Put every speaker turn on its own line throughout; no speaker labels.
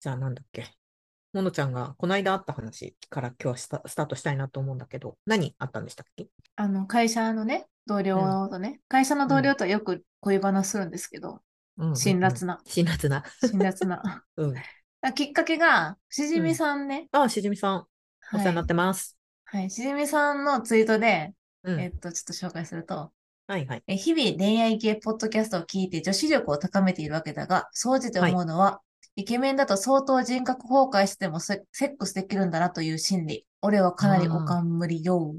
じゃあなんだっけ。ものちゃんがこの間あった話から今日はスタ、スタートしたいなと思うんだけど、何あったんでしたっけ
あの、会社のね、同僚とね、会社の同僚とはよく恋バナするんですけど、
うんうんうん
辛辣な、
辛辣な。
辛 辣な。
うん。
あきっかけが、しじみさんね、
あ、しじみさん、お世話になってます。
はい、はい、しじみさんのツイートで、
うん。
えっと、ちょっと紹介すると、
はいはい。
え日々恋愛系ポッドキャストを聞いて女子力を高めているわけだが、総じて思うのは、イケメンだと相当人格崩壊してもセセックスできるんだなという心理。俺はかなりおかんむりよ。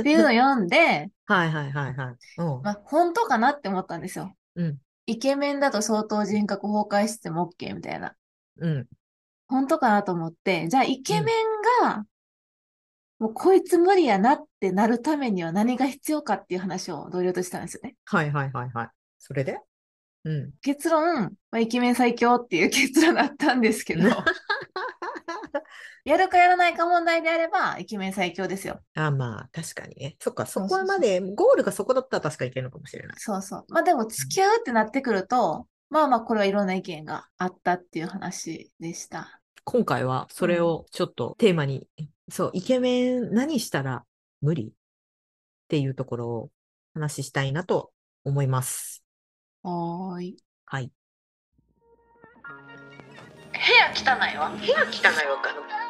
っていうのを読んで、
はいはいはいはい。うん。
まあ、本当かなって思ったんですよ。
うん。
イケメンだと相当人格崩壊しても OK みたいな。
うん。
本当かなと思って、じゃあイケメンが、もうこいつ無理やなってなるためには何が必要かっていう話を同僚としたんですよね。
はいはいはいはい。それで うん。
結論、まあ、イケメン最強っていう 結論だったんですけど、 やるかやらないか問題であれば、イケメン最強ですよ。
あ、まあ、確かにね。そっか、そ
そう
こ
そうそ
はま
う
で、ゴールがそこだったら確かにいけるのかもしれない。
そうそう。まあでも、付き合うってなってくると、まあまあ、これはいろんな意見があったっていう話でした。
今回はそれをちょっとテーマに、そう、イケメン何したら無理っていうところを話ししたいなと思います。
おーい。
はい。
部屋汚いわ。
部屋汚いわ、あの、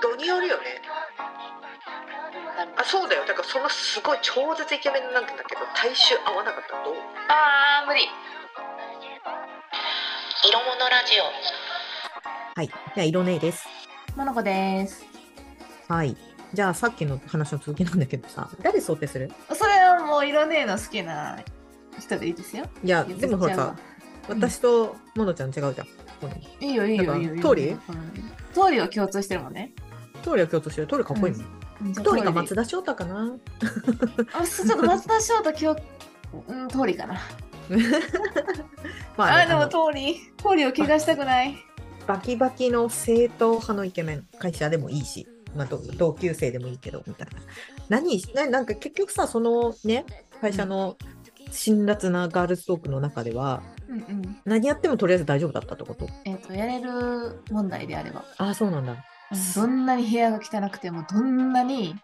どによるよね。あ、そうだよ。だからそのすごい超絶イケメンなんだけど、体臭合わなかったと。
あー、無理。
色物ラジオ
はい。じゃあ、色ねえです。
モノコです。
はい。じゃあ、さっきの話の続きなんだけどさ、誰想定する
それはもう色ねえの好きな人でいいですよ。
いや、でもほらさ、
うん
私とモノちゃん違うじゃん。ほら
いいよいい
な
よ
ん
いい
か
よいいよ。
トーリー
うんトーリーは共通してるもんね。
通りは共通してる。通りかっこいいもん。
うんじゃあ
通りが
でいい
松田翔太かな。
あ、そうちょっと松田翔太今日、うん、通りかな。
まあ
あ、
ね、
で
あ
も
の
通り、通りを怪我したくない。
バキバキの正統派のイケメン。会社でもいいし、まあ、同同級生でもいいけど、みたいな。何ななんか結局さ、そのね、会社の辛辣なガールズトークの中では、
うんうん。
何やってもとりあえず大丈夫だったってこと。
えっ、と、やれる問題であれば、
ああ、そうなんだ。
うんどんなに部屋が汚くても、どんなに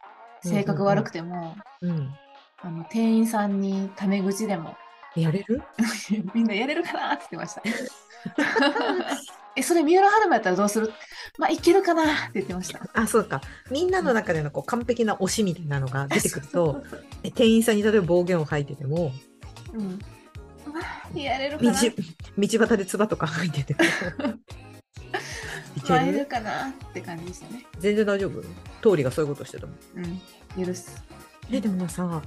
性格悪くても、
うん。
あの店員さんにタメ口でも、
やれる
みんなやれるかなって言ってました。 え、それ三浦春馬やったらどうするまあ、いけるかなって言ってました。
あ、そうか。みんなの中でのこう完璧な推しみたいなのが出てくると、 え店員さんに例えば暴言を吐いてても、
うん。まあ、やれるか
道
な。
道端で唾とか吐いて てもいけ
まあ、やれ
る
るかなって感じでしたね。
全然大丈夫通りがそういうことしてたもん
うん。許す。
えでもまあさ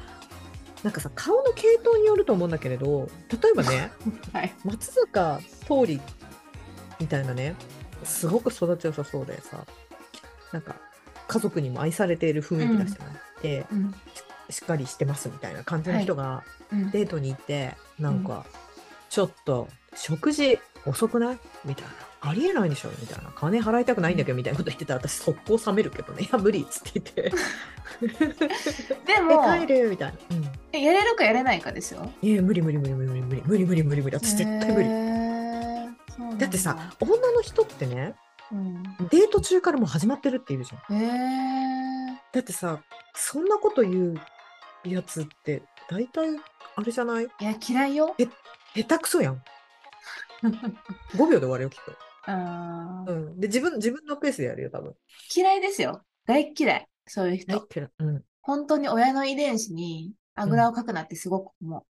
なんかさ顔の系統によると思うんだけれど例えば ね
はい。
松坂桃李みたいなねすごく育ちよさそうでさなんか家族にも愛されている雰囲気出してもらって、
うん。
しっかりしてますみたいな感じの人が
うん。
デートに行って、なんかちょっと食事遅くないみたいなありえないでしょみたいな金払いたくないんだけどみたいなこと言ってたら私速攻冷めるけどねいや無理っつって言って
でも、
で帰るみたいな、うん
えやれるかやれないかですよ。
いや無理無理無理無理無理無理無理無理無理無理私絶対無理、
へーそうなんだ
だってさ、女の人ってね
うん、
デート中からもう始まってるっていうじゃん
へえ
だってさそんなこと言うやつって大体あれじゃない
いや嫌いよ。
下手くそやん5秒で終わるよきっ
あー
と、うん、で自分自分のペースでやるよ多分
嫌いですよ。大嫌い。そういう人。
嫌いうん
本当に親の遺伝子にあぐらをかくなってすごく思う。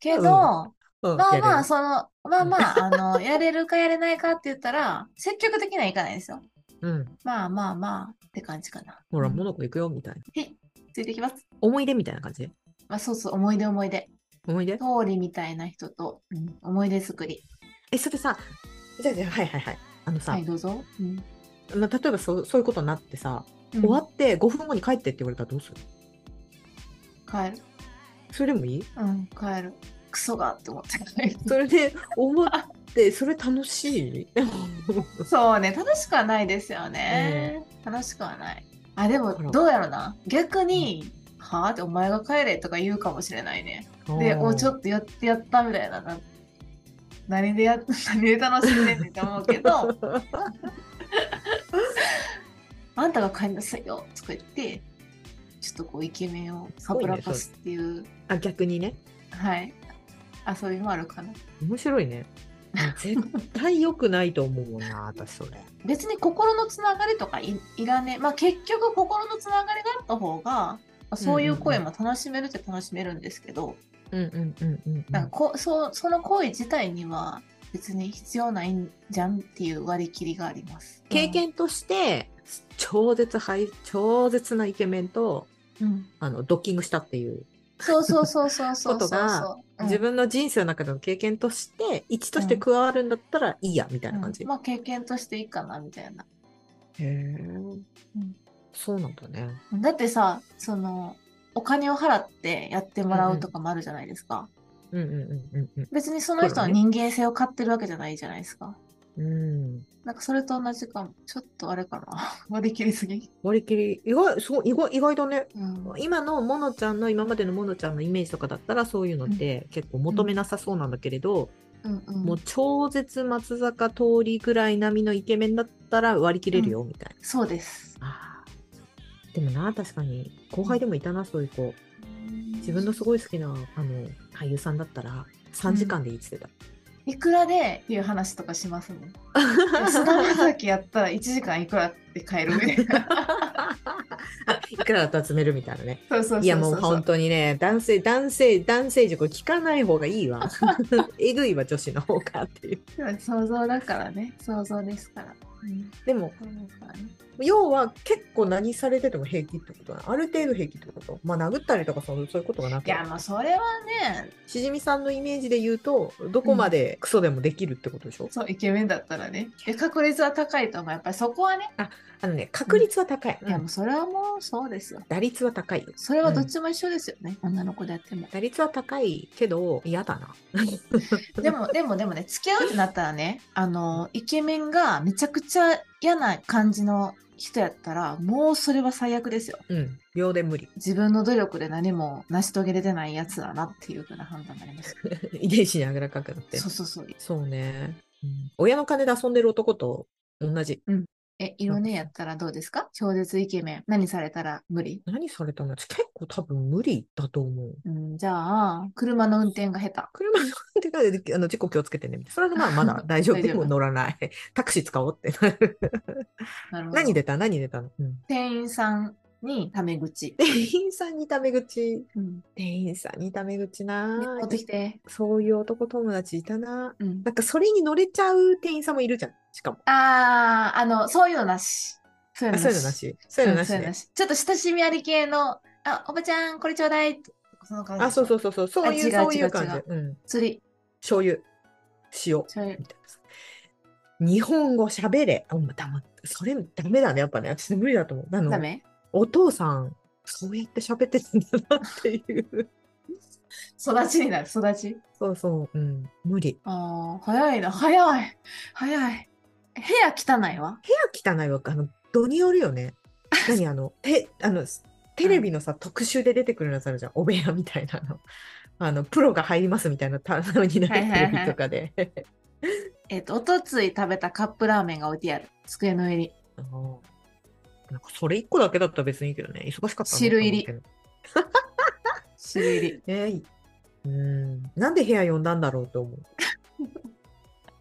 けど、
うん
ま
うん
あ
やる
ま
よ
あ、その、まあまあ、あの、やれるかやれないかって言ったら、積極的にはいかないですよ。
うん、
まあまあまあって感じかな。
ほら、
うん
モノコ行くよみたいな。
ついてきます。
思い出みたいな感じ
まあそうそう、思い出思い出。
思い出
通りみたいな人と、うん思い出作り。
え、それさ、じゃあじゃあはいはいはい。あのさ、
はい、どうぞ。うん
まあ、例えばそうそういうことになってさ、
うん
終わって5分後に帰ってって言われたらどうする
帰る。
それでもいい
うん、帰る。クソがって思って帰る。
それで思って、それ楽 しい
そうね、楽しくはないですよね。楽しくはない。あ、で
だから
も、どうやろな。逆に、はあってお前が帰れとか言うかもしれないね。で、おちょ
っ
っとやってやったみたいなな何でや、 何で楽しんでんねんって思う けど、あんたが帰りなさいよとか言って、ちょっとこうイケメンをはぶらかすっていう、
あ、逆にね。
はい。遊びもあるかな。
面白い ね。絶対良くないと思うな、私それ。
別に心のつながりとかいいらねえ。まあ結局心のつながりがあった方が、まあそういう声も楽しめるって楽しめるんですけど、
うんうんうんうん
なんかこそうその行為自体には別に必要ないんじゃんっていう割り切りがあります。
経験として、超絶ハイ、超絶なイケメンと、
うん、
あの、ドッキングしたっていう、
そうそうそうそうそう
ことが
そう
自
うん
分の人生の中での経験として、一として
うん
加わるんだったらいいや、みたいな感じ。
うんまあ経験としていいかなみたいな。
へえ、そうなんだね。
だってさそのお金を払ってやってもらうとかもあるじゃないですか。
うんうんうんうん
別にその人の人間性を買ってるわけじゃないじゃないですか。
うん。うん。
なんかそれと同じかも。ちょっとあれかな。 割り切りすぎ。
割り切り、意外、そう、意外、意外だね。
うん
今のモノちゃんの、今までのモノちゃんのイメージとかだったら、そういうのって結構求めなさそうなんだけれど、
うんうん
もう超絶松坂通りぐらい並みのイケメンだったら割り切れるよ、みたい
そうです。
な。あーでもな、確かに、後輩でもいたな、そういう子。自分のすごい好きな、あの、俳優さんだったら、3時間でいいって言ってた。
いくらでっていう話とかしますも ん。菅田将暉やったら1時間いくらって買える みたいな。
いくらだったら集めるみたいなね。
そうそうそうそう
いやもう本当にね、男性、男性、男性塾聞かない方がいい わ。えぐいわ、女子の方がっていう。
でも想像だからね。想像ですから。
でも、
そうですからね。
要は結構何されてても平気ってことなのある程度平気ってことまあ殴ったりとかそうそういうことがなく
いやもうそれはね、
しじみさんのイメージで言うと、どこまでクソでもできるってことでしょ、
そうイケメンだったらね。で確率は高いと思う。やっぱりそこはね。
あのね、確率は高い。
いやもうそれはもうそうですよ。
打率は高いよ。
それはどっちも一緒ですよね。女の子でやっても。
打率は高いけど、嫌だな。
でも、でも、でもね、付き合うってなったらね、あの、イケメンがめちゃくちゃ嫌な感じの人やったら、もうそれは最悪ですよ。
うん。秒で無理。
自分の努力で何も成し遂げれてないやつだなっていうふうな判断になります。
遺伝子にあぐらかくなって。
そうそうそう。
そうね、うん親の金で遊んでる男と同じ。
え、色ねやったらどうですか超絶イケメン。何されたら無理
何されたの私結構多分無理だと思う。
うん、じゃあ、車の運転が下
車の運転 があの事故気をつけてねみたいな。それはまあ まだ大丈夫。
大丈夫
もう乗らない。 タクシー使おうってなる。
手。なるほど。
何出た何出たの、うん、
店員さんにタメ口。
店員さんにタメ口。
うん。
店員さんにタメ口な
ね持ってきて。
そういう男友達いたな。
うん。
なんかそれに乗れちゃう店員さんもいるじゃん。しかも。
あー、あの、そういうのなし。そういう
あ
の
そう
な
いうのな。
し
し。そういうのなし、
そう
ね。
ちょっと親しみあり系の、あ、おばちゃん、これちょうだい。その感じ。
あ、そうそうそうそう。そういう、
あ違う
そうい
違う違
う
う
感じ。うん。
釣り。
醤油、塩、
それ
みたいなさ。日本語喋れ。あ、もうだま、それダメだね。やっぱね。私無理だと思う。あの
ダメ
お父さん、そうやって喋ってたんだなっていう。
育ちになる、育ち。
そうそう。うん。無理。
ああ、早いな、早い。早い。部屋汚いわ。
部屋汚いわ。あの、度によるよ ね。何あの、て、あの、テレビのさ、特集で出てくるやつあるじゃん。お部屋みたいなの。あの、プロが入りますみたいなた めになるテレビとかで。
えっ、と、おとつい食べたカップラーメンが置いてある。机の上に。
あのなんかそれ一個だけだったら別にいいけどね。忙しかったな
汁入り
と思うけど
汁 入り。
えーうん。なんで部屋呼んだんだろうと 思う。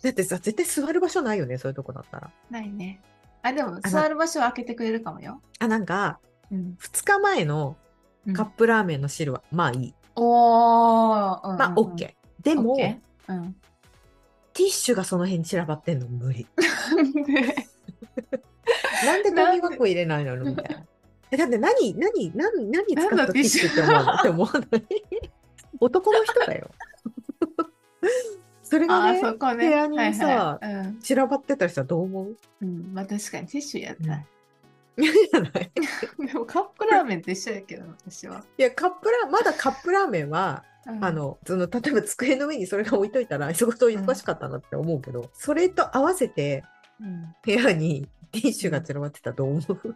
だってさ、絶対座る場所ないよね、そういうとこだったら。
ないね。あ、でも、
の
座る場所を開けてくれるかもよ。
あ、なんか、
うん。
2日前の
うん
カップラーメンの汁は、まあいい。
おー。うん
まあ、
うんうん
OK。でも、
オッ
テ
ケー うん。
ィッシュがその辺に散らばってんの無理。
で
なんでゴミ箱入れないのみたいな。えだって何、何、何、何使っ
なん
た
だ
ティッシュって思うのって思わない 男の人だよ。それ
あ
が
あ、
ね、
そこね。
部屋にさ
はいはいうん
散らばってたりしたらどう思う
うん、まあ確かにティッシュやったら。
いやいやない
でもカップラーメンと一緒やけどな、私は。
いや、カップラー、まだカップラーメンは、
うん
あ、の、その、例えば机の上にそれが置いといたら、仕事忙しかったなって思うけど、それと合わせて
うん、
部屋にティッシュが散らばってたらどう思う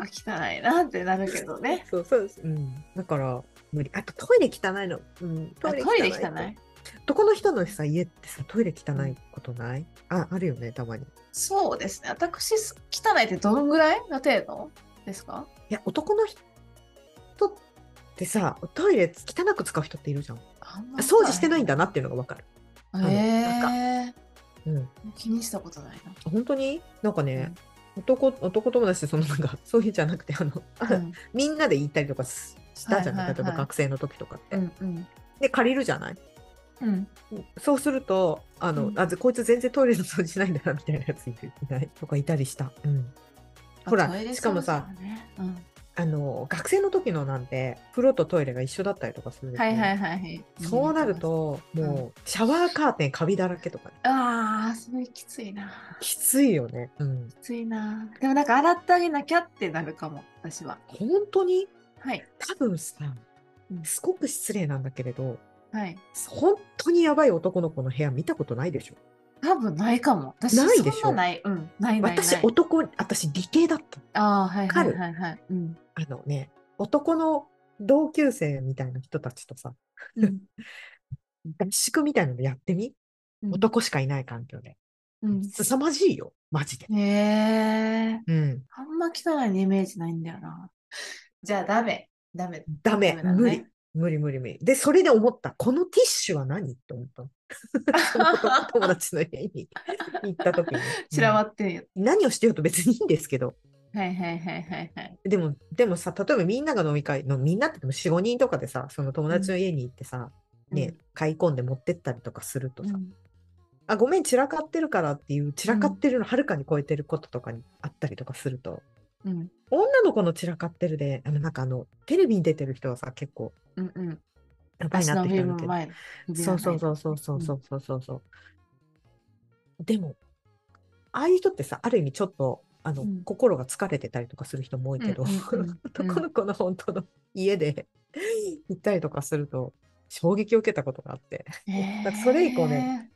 あ汚いなってなるけどね。
そうそうです。うん。だから、無理。あとトイレ汚いの。うん。
あトイレ汚い。
男の人のさ、家ってさ、トイレ汚いことないあ、あるよね、たまに。い
そうですね。私、汚いってどのぐらいの程度ですか
や、男の人ってさ、トイレ汚く使う人っているじゃん。
あんまり
掃除してないんだなっていうのがわかる。
え
の
え
うん。
気にしたことない
本当になんかね、男、男友達ってそのなんか、そういうんじゃなくて、あの、
な。うん
みんなで言ったりとかししたじゃない、
はいはいはい
例えば学生の時とかって。
うんうん
で、借りるじゃない
うん。
そうすると、あの、
うん
あ、こいつ全然トイレの掃除しないんだな、みたいなやついるいないとかいたりした。うん。
あ
ほら
トイレ
しかもさ
掃除だねうん
あの、学生の時のなんて、風呂とトイレが一緒だったりとかするんです
は
よ
いはいはい。
そうなる。と、
ん
もう、シャワーカーテンカビだらけとか、ね、
ああ、すごいきついな。
きついよね。うん。
きついな。でもなんか洗ってあげなきゃってなるかも、私は。
本当に、
はい。
多分さ
う、ん
すごく失礼なんだけれど、
はい。
本当にやばい男の子の部屋見たことないでしょ。
多分ないかも。私
ないでしょ
そんなない。うん。ないないない。
私、男、私、理系だった。
ああ、はい
わか
はい
る
はいはい。うん。
あのね、男の同級生みたいな人たちとさ、
うん
合宿みたいなのやってみ、
うん
男しかいない環境で。
うん。
凄まじいよ、マジで。
へえ。
うん。
あんま汚いイメージないんだよな。じゃあダメ。ダメ。
ダメ、
だね
無理。。無理無理無理。で、それで思った。このティッシュは何って思 ったの。その友達の家に行った時に。
散らば
うん
ってるよ。
何をしてようと別にいいんですけど。
はいはいはいはいはい。
でも、でもさ、例えばみんなが飲み会の、みんなって言っても4、5人とかでさ、その友達の家に行ってさ、ね、買い込んで持ってったりとかすると
うん、
さ、
うん
あ、ごめん、散らかってるからっていう、散らかってるのはるかに超えてることとかにあったりとかすると、
うん
女の子の散らかってるで、あの、なんかあの、テレビに出てる人はさ、結構、
うんうん。
やばい
足
なっ
の
て人
フィ
い
ル
る
ム
けど、
前の。
そうそうそうそうそうそうそうそうそう。でも、ああいう人ってさ、ある意味ちょっと、あの、
うん
心が疲れてたりとかする人も多いけど、
うんう んうんうん
男の子の本当の家で 行ったりとかすると、衝撃を受けたことがあって、だからそれ以降ね。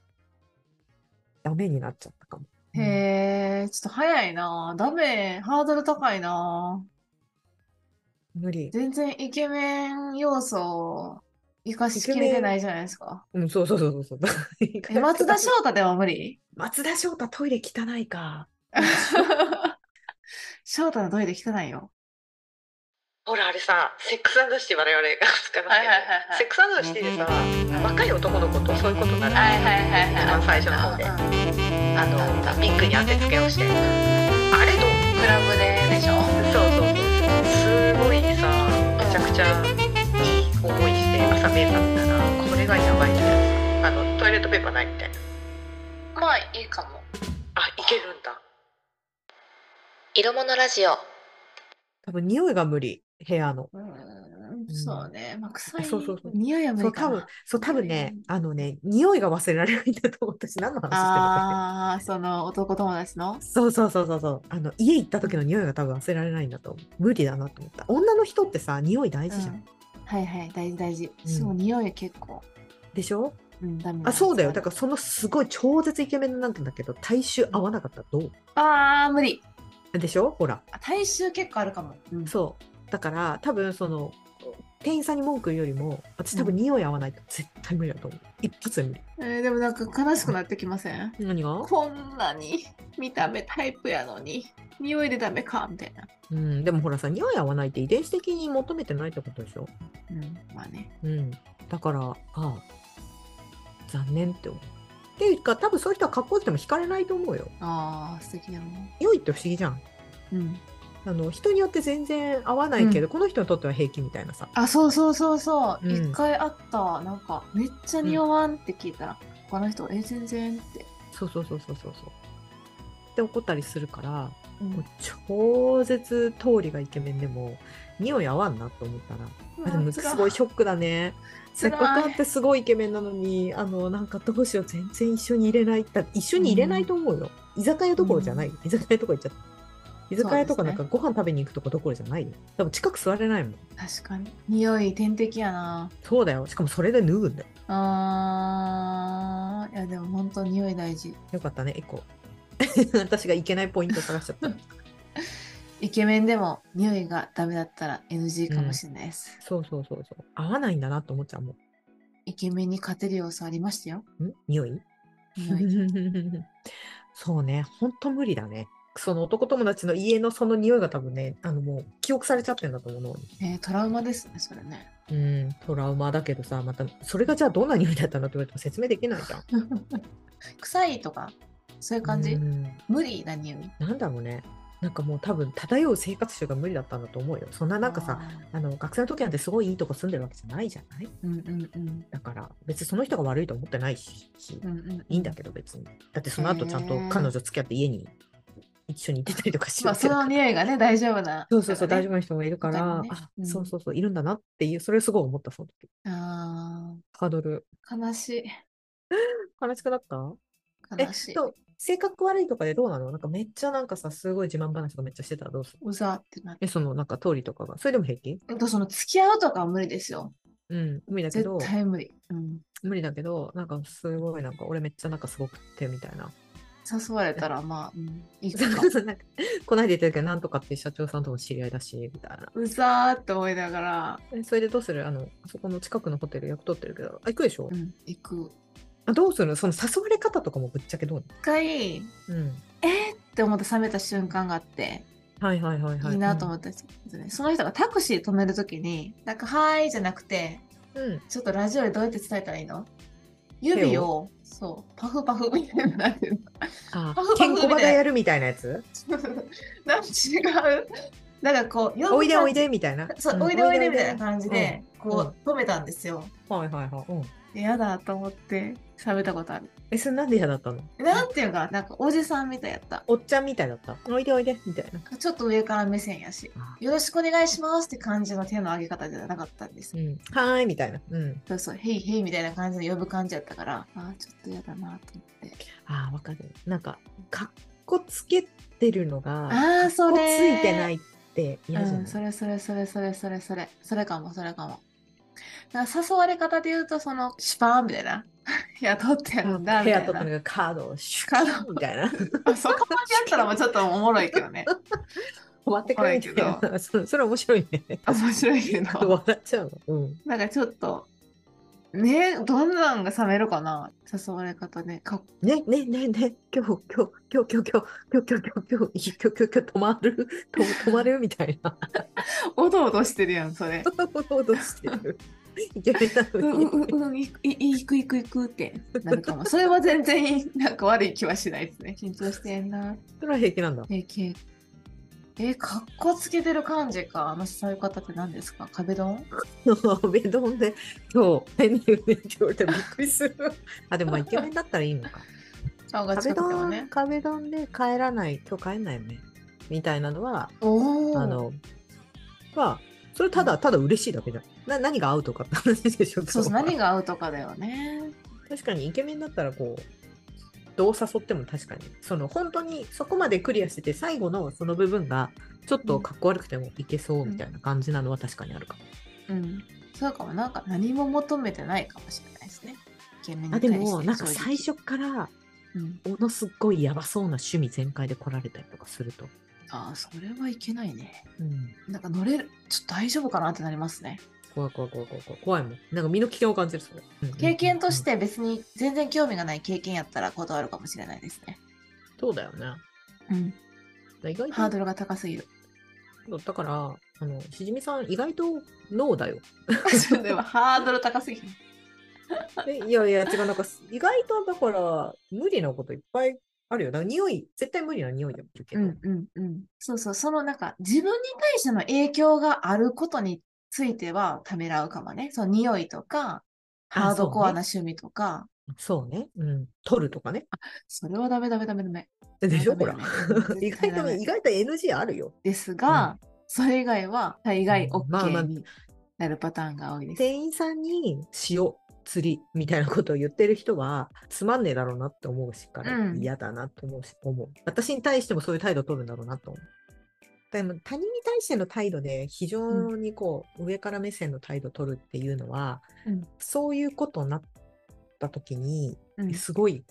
ダメになっちゃったかも。うん
へえ、ちょっと早いな。ダメ。ハードル高いな。
無理。
全然イケメン要素を生かしきれてないじゃないですか。
うん、そうそうそうそう。
え、松田翔太では無理
松田翔太トイレ汚いか。
翔太のトイレ汚いよ。
ほらあれさ、セックスシティ我々が使う
はいはいはいはい
セックスシティでさ、若い男の子とそういうことになる。
はいはいはいはい
一番最初の方で。
うん
あの、ピンクに当てつけをして。あれどう
クラブででしょ
そうそう。すごいさ、めちゃくちゃいい思いして朝目覚めたら、これがやばいみたいな。あの、トイレットペーパーないみたいな。
まあいいかも。
あ、いけるんだ。
色物ラジオ。
多分匂いが無理、部屋の。
うんん、そうね。まあ、臭い。
そうそうそう
匂いは無
そ
理
う、
か
多
な
分、そう、多分ね
うん、
あのね、匂いが忘れられないんだと思う。私、何の話してるか。
ああ、その男友達の。
そうそうそうそうそう。あの、家行った時の匂いが多分忘れられないんだと思う。無理だなと思った。女の人ってさ、匂い大事じゃん。
うんはいはい、大事大事。
うん
そう、匂い結構。
でしょ
うん、ダメ
あ、そうだよ。だか
か
ら、そのすごい超絶イケメンなんだけど、体臭合わなかったらどう
ら。ああ、無理。
でしょほら。
あ体臭結構あるかも。うん
そう。だから、多分、その、店員さんに文句言うよりも、私多分匂い合わないと絶対無理だと思う。一発で無理。
えーでもなんか悲しくなってきません
何が
こんなに見た目タイプやのに、匂いでダメかみたいな。
うん、でもほらさ、匂い合わないって遺伝子的に求めてないってことでしょ
うん、まあね。
うん、だから、ああ、残念って思う。っていうか、多分そういう人は格好つっても惹かれないと思うよ。
ああ、素敵だね。
匂いって不思議じゃん。
うん。
あの人によって全然合わないけど、この人にとっては平気みたいなさ。
あ、そうそうそうそ
う
う。
ん
一、回あった。なんか、めっちゃ匂わんって聞いたら、他の人、え、全然って。
そうそうそうそうそうそう。って怒ったりするから、
うん
もう超絶通りがイケメンでも、匂い合わんなと思ったら、あでもすごいショックだね。せっかくあってすごいイケメンなのに、あの、なんかどうしよう、全然一緒に入れない。だ一緒に入れないと思うよ。居酒屋どころじゃない。居酒屋とか行っちゃった。居酒屋とかなんかご飯食べに行くとこどころじゃないよ。多分近く座れないもん。
確かに。匂い天敵やな。
そうだよ。しかもそれで脱ぐんだよ。
あーいやでも本当匂い大事。
よかったね、エコ。 私がいけないポイント探しちゃった。
イケメンでも匂いがダメだったら NG かもしれないです。
そうそうそうそう。合わないんだなと思っちゃうもん。
イケメンに勝てる要素ありましたよ。
ん匂い
匂 い
そうね、ほんと無理だね。その男友達の家のその匂いが多分ね、あのもう記憶されちゃってんだと思うの。
えートラウマですね、それね。
うん、トラウマだけどさ、また、それがじゃあどんな匂いだったんだって言われても説明できないじゃん。
臭いとか、そういう感じ、
うん
無理な匂い。
なんだろうね。なんかもう多分漂う生活習が無理だったんだと思うよ。そんななんかさ、
あ
あの学生の時なんてすごいいいとこ住んでるわけじゃないじゃない
ー、うんうんうん。
だから別にその人が悪いと思ってないし、
うんうん、
いいんだけど別に。だってその後ちゃんと彼女付き合って家に一緒に行ってたりとかして
まあ、
わけ
そ
だから
の匂いがね、大丈夫な。
そうそうそう、大丈
夫。
夫な人もいるから、
他にね
あ、
うん
そうそうそう、いるんだなっていう、それすごい思った、その時。
あ
ハードル。
ー悲しい。
悲しくなったえ
悲しい。
と、性格悪いとかでどうなのなんかめっちゃなんかさ、すごい自慢話とかめっちゃしてたらどうする
うざってなる。
え、そのなんか通りとかが。それでも平気
うんと、その付き合うとかは無理ですよ。
うん、無理だけ
絶
ど、
対無理。うん。
無理だけど、なんかすごいなんか俺めっちゃなんかすごくってみたいな。
誘われたら、まあ、うん、いい か
なん。かこないだ言ってたけど、なんとかっていう社長さんとも知り合いだし、みたいな。
うざーって思いながら、
えそれでどうするあの、あそこの近くのホテル役取ってるけど、あ、行くでしょ、
うん、行く。
あどうするその誘われ方とかもぶっちゃけどう
一回、
なのうん。
えーって思って冷めた瞬間があって、
はいはいはいはい。
いいなと思
っ
ったんですよね。その人がタクシー止めるときに、なんか、はーいじゃなくて、
て。うん。
ちょっとラジオでどうやって伝えたらいいの指
手
を、そう、パフパフみたいな、なんていうの
あ
パフパフ、
ケンコバがやるみたいなやつ
なんか違うなんかこう、
おいでおいでみたいな。
そう
うん
おいでおいでみたいな感じで、
ん
こう、止めたんですよ。
はいはいはい。うん、
でやだと思って、喋ったことある。
え、それなんで嫌だったの
なんていうか、なんかおじさんみたいやった。
おっちゃんみたいだった。おいでおいでみたいな。
ちょっと上から目線やし、よろしくお願いしますって感じの手の上げ方じゃなかったんです
う。ん、はーいみたいな。うん。
そうそう、へいへいみたいな感じで呼ぶ感じやったから、ああ、ちょっと嫌だなと思って。
ああ、わかる。なんか、かっこつけてるのが、
あーそれ
かっこついてないって嫌じゃ
う
ない、
ん、それそれそれそれそれそれ、それかもそれかも。だから誘われ方で言うと、その、シュパーンみたいな。 雇ってやるんだ、
ヘ
みた
ア
い
取ったの
な。
がカードをシュ
カード
ッみたいな。
あそこまでやったらもうちょっとおもろいけどね。
終わってくれみたいな。そそれ面白いね。
面白いけど。
笑っちゃうの。うん。
なんかちょっと、ねどんなんが冷めるかな誘われ方ね。かっ
ねねねね今日今日今日今日今日今日今日今日今日今日今日今日泊まると泊まるみたいな
おどおどしてるやん、それ。
そんなことしてるイケメンな
う
の
ん
に
うんうん、いくいいくいくいくってなるかも。それは全然なんか悪い気はしないですね。緊張してんな。
それは平気なんだ
え、けえ、かっこつけてる感じか。あのそういう方って何ですか壁ドン
ベドンで今日変に言うねって言われてびっくりするあでもまあイケメンだったらいいのか
顔が
壁
近くて
ド
も
ン
ね。
壁ドンで帰らない今日帰んないよねみたいなのは
お
あ
お。
のはそれただただ嬉しいだけじゃんな何が合うとかって話でしょ
そうそう、何が合うとかだよね。
確かにイケメンだったらこうどう誘っても確かにその本当にそこまでクリアしてて最後のその部分がちょっとかっこ悪くてもいけそうみたいな感じなのは確かにあるかも、
うん。そうかも。なんか何も求めてないかもしれないですね。イケメン
あ
に対
で
して。
もなんか
正直
最。初から
うん。
ものすっごいやばそうな趣味全開で来られたりとかすると、
ああ、それはいけないね。
うん、
なんか乗れる、ちょっと大丈夫かなってなりますね。
怖い怖い怖い怖い怖い怖いもんなんか身の危険を感じるそれ、うん
経験として別に全然興味がない経験やったら断るかもしれないですね。
そうだよね
うん。
意外と
ハードルが高すぎる。
だからあのしじみさん意外とノーだよ
でもハードル高すぎる。
えいやいや、違う、なんかす意外とだから、無理なこといっぱいあるよ。だから匂い、絶対無理な匂いでもいるけ
う
ど。
んうんうん。そうそう、そのなんか自分に対しての影響があることについてはためらうかもね。そう、匂いとか、
あ
ハードコアな
そうね
趣味とか。
そうね。うん。取るとかね。
それはダメダメダメダメ。
でしょ、ほら。
ダメダメダメ
意外
ダ
と、
メ
意外と NG あるよ。
ですが、それ以外は大概
うんまあまあ
OK になるパターンが多いです。
店員さんに塩、釣りみたいなことを言ってる人は、つまんねえだろうなって思うしから、
うん
嫌だなと思うし、思う。私に対してもそういう態度を取るんだろうなと思う。でも他人に対しての態度で非常にこう、上から目線の態度を取るっていうのは、
うん
そういうことになった時に
うん
すごい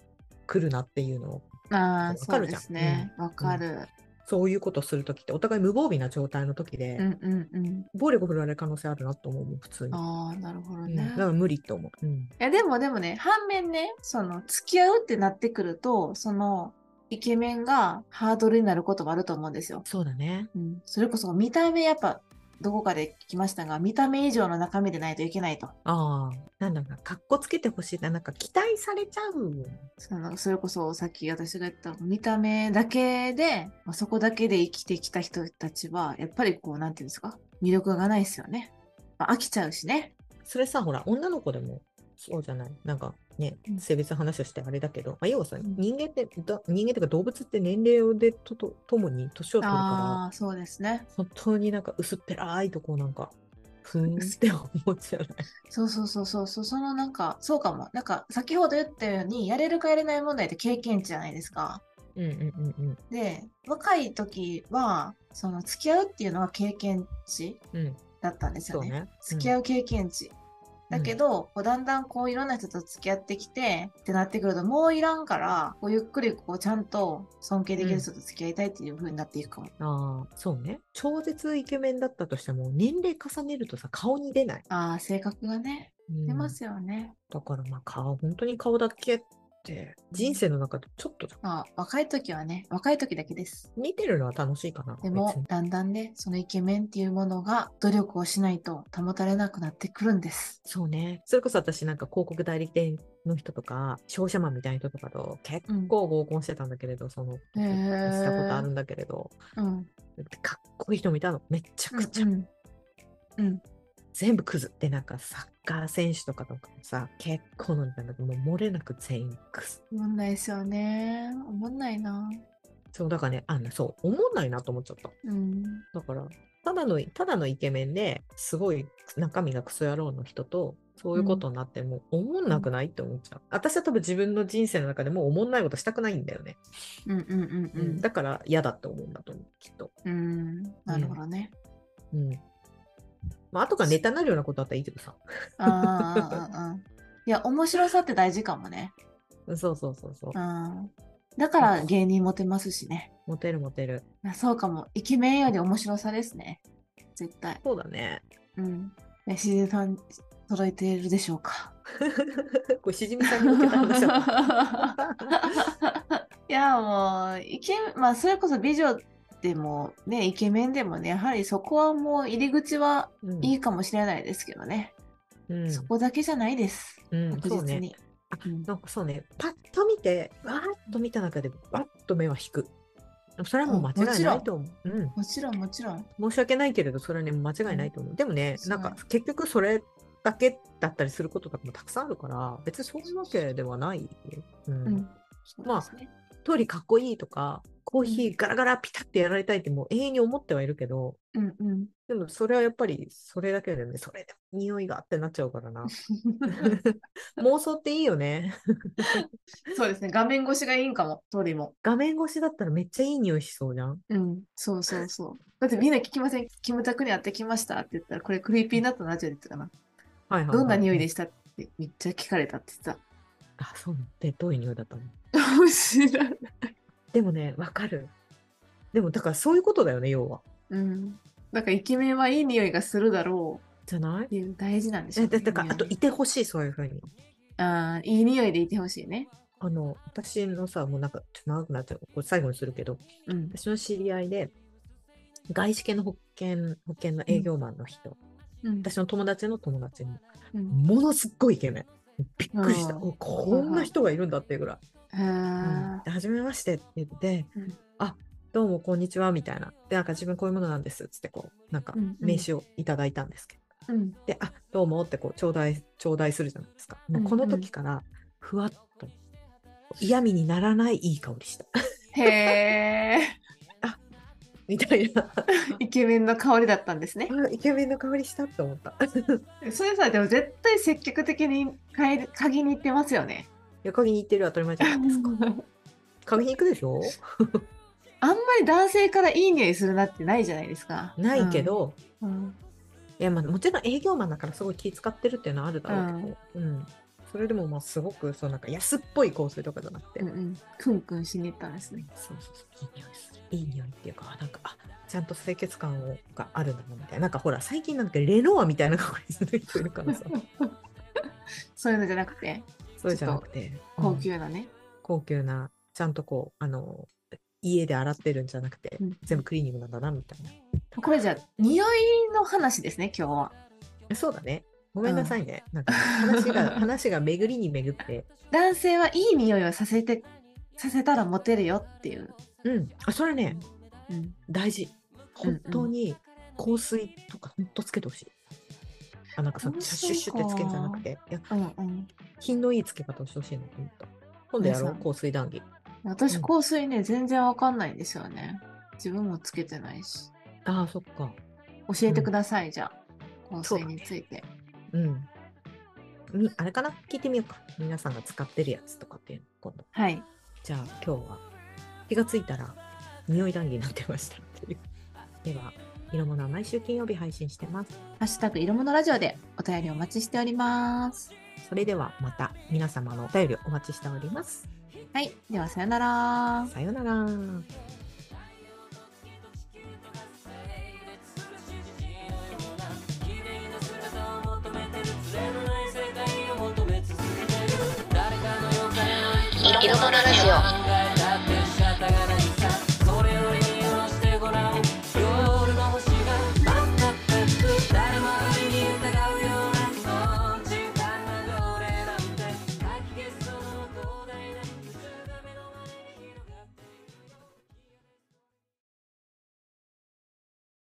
来るなっていうのを、
ああ、
わ
そ
か
う
る
で
じゃん
すね。わかる。
そういうことするときって、お互い無防備な状態のときで、
うんうんうん。
暴力振られる可能性あるなと思うもん、普通に。
ああ、なるほど
うん
ね
だ。から無理と思う。うん
いやでもでもね、反面ね、その付き合うってなってくると、そのイケメンがハードルになることもあると思うんですよ。
そうだね。
うん、それこそ見た目やっぱどこかで聞きましたが、見た目以上の中身でないといけないと。
ああ、なんだろうな、かっこつけてほしいな、なんか期待されちゃうよね。
そのそれこそさっき私が言った見た目だけで、まあ、そこだけで生きてきた人たちは、やっぱりこう、なんていうんですか、魅力がないですよね。まあ、飽きちゃうしね。
それさ、ほら、女の子でもそうじゃないなんかね
う、ん
性別の話をしてあれだけど、まあ、要はさ、
ん
人間って、だ人間とか動物って年齢でととともに年を取るから、
ああー、そうですね。
本当になんか薄っぺらいとこなんか、ふーんって思っちゃう。
そうそうそうそうそう、そのなんか、そうかも。なんか、先ほど言ったように、やれるかやれない問題って経験値じゃないですか。
うんうんうん
で、若い時は、その付き合うっていうのは経験値
うん。うん、
だったんです
そ
よ
う
ね。
ね。
付き合
う
う経験値。だけど、こうだんだんこういろんな人と付き合ってきてってなってくるともういらんからこうゆっくりこうちゃんと尊敬できる人と付き合いたいっていう風になっていくかも、
ん。ああ、そうね。超絶イケメンだったとしても、年齢重ねるとさ、顔に出ない。
ああ性格がね
うん
出ますよね、
だからまあ顔、本当に顔だけって、人生の中でちょっと
まあ若い時はね若い時だけです
見てるのは楽しいかな。
でも
別に、
だんだんね、そのイケメンっていうものが努力をしないと保たれなくなってくるんです。
そうね。それこそ私なんか広告代理店の人とか、商社マンみたいな人とかと結構合コンしてたんだけれど、その、
へー
したことあるんだけれど、
うん。
かっこいい人見たの。めちゃくちゃ。
うん。うん。
全部クズでなんかサッカー選手とかとかもさ結構なんだけどもう漏れなく全員クズ
おもんないですよね。おもんないな。
そうだからねあのそう思んないなと思っちゃった
うん。
だからただのただのイケメンですごい中身がクソ野郎の人とそういうことになっても思んなくないって思っちゃう私は多分自分の人生の中でもう思んないことしたくないんだよね、
うんうんうんうん。
だから嫌だって思うんだと思うきっと
うん。なるほどね。
うんまあ後からネタになるようなことあったらいいけどさ
ああ、うんうん。いや、面白さって大事かもね。
そうそうそうそう
うん。だから芸人モテますしね。
モテるモテる
いやそうかも。イケメンより面白さですね。絶対。
そうだね
うん。いや、しずさん、揃えているでしょうか。
これしじみさんに向けた話だった
いやもうイケまあそれこそ美女でもねイケメンでもねやはりそこはもう入り口は
うん
いいかもしれないですけどね、
うん
そこだけじゃないです
うん、
確
そう
実
ね。
に。
あ
うん
なんかそうね、パッと見て、わーっと見た中で、わっと目は引く。それはもう間違いないと思う。うん、
もちろんもちろん。
申し訳ないけれど、それはね、間違いないと思う。でもね、
そう
なんか結局それだけだったりすることとかもたくさんあるから、別にそういうわけではないよ。うん。
うん
まあ
そうですね
通りかっこいいとか、コーヒーガラガラピタってやられたいってもう永遠に思ってはいるけど、
うんうん。
でもそれはやっぱりそれだけでね、それでも匂いがってなっちゃう からな。妄想っていいよね。
そうですね。画面越しがいいんかも、通りも。
画面越しだったらめっちゃいい匂いしそうじゃん。
うん。そうそうそう。だってみんな聞きません。キムタクに会ってきましたって言ったら、これクリーピーナットのラジオで言ってたかな。
はいはいはい
どんな匂いでしたってめっちゃ聞かれたって言って
あ、そうなんで、どういう匂いだったの
た。面白い。
でもね、わかる。でも、だからそういうことだよね、要は。
うん。なんかイケメンはいい匂いがするだろう
じゃない
っていう大事なんでしょう
え
ね。
だだから、あと、いてほしい、そういうふうに。
あーいい匂いでいてほしいね。
あの、私のさ、もうなんか、ちょっと長くなっちゃう。これ最後にするけど、
うん。
私の知り合いで、外資系の保険、保険の営業マンの人、
うん
私の友達の友達に、
うん
ものすっごいイケメン。びっくりした。
あー
おこんな人がいるんだっていうぐらい。
あ
で初めましてって言って、
うん
あどうもこんにちはみたいな。で、なんか自分こういうものなんですっつって、こう、なんか
うんうん
名刺をいただいたんですけど、
ーうん。
で、あどうもってこう、頂戴、頂戴するじゃないですか。もうこの時から、ふわっと、嫌味にならないいい香りした。
へえ。
みたいな。
イケメンの香りだったんですね。
あイケメンの香りしたって思った。
それさ、でも絶対積極的に嗅い鍵に行ってますよね。
横に行ってる当たり前じゃないですか。鍵に行くでしょ
あんまり男性からいい匂いするなってないじゃないですか。
ないけど、
うん。
いやまあもちろん営業マンだからすごい気使ってるっていうのはあるだろうけど、うんそれでもまあすごくそうなんか安っぽい香水とかじゃなくて、
うんうん。クンクンしに行ったんですね。
そうそうそういい匂いするいい匂いっていうかあなんかあちゃんと清潔感をがあるんだなみたいななんかほら最近なんかレノアみたいな香りする人いるからさ
そういうのじゃなくて、
そうじゃなくて
高
うん
級なね。
高級なちゃんとこうあの家で洗ってるんじゃなくて、
うん
全部クリーニングなんだなみたい
これじゃあ、匂いの話ですね、今日は。
なそうだねごめんなさいね、なんか話が 話が巡りに巡って
男性はいい匂いをさせて、させたらモテるよっていう。
うんあそれね
うん。
大事
うんう
本
ん
当に香水とか本当つけてほしい、あなんかさ
香水か
シュッシュッってつけんじゃなくていや
うんうん。
品のいいつけ方をしてほしいなと思った今度やろ
皆
う
さん
香水談義う
私、
ん
香水ね、全然わかんないんですよね。自分もつけてないし。
ああそっか
教えてください、じゃあ。香
そうだ
水
ね
について。
うんみあれかな聞いてみようか皆さんが使ってるやつとかっていうの今度
はい。
じゃあ今日は気がついたら匂い談義になってましたっていう。では、色物は毎週金曜日配信してます。
ハッシュタグ、色物ラジオでお便りお待ちしております。
それではまた皆様のお便りをお待ちしております。
はい。では、さよなら。
さようなら。
色物ラジオ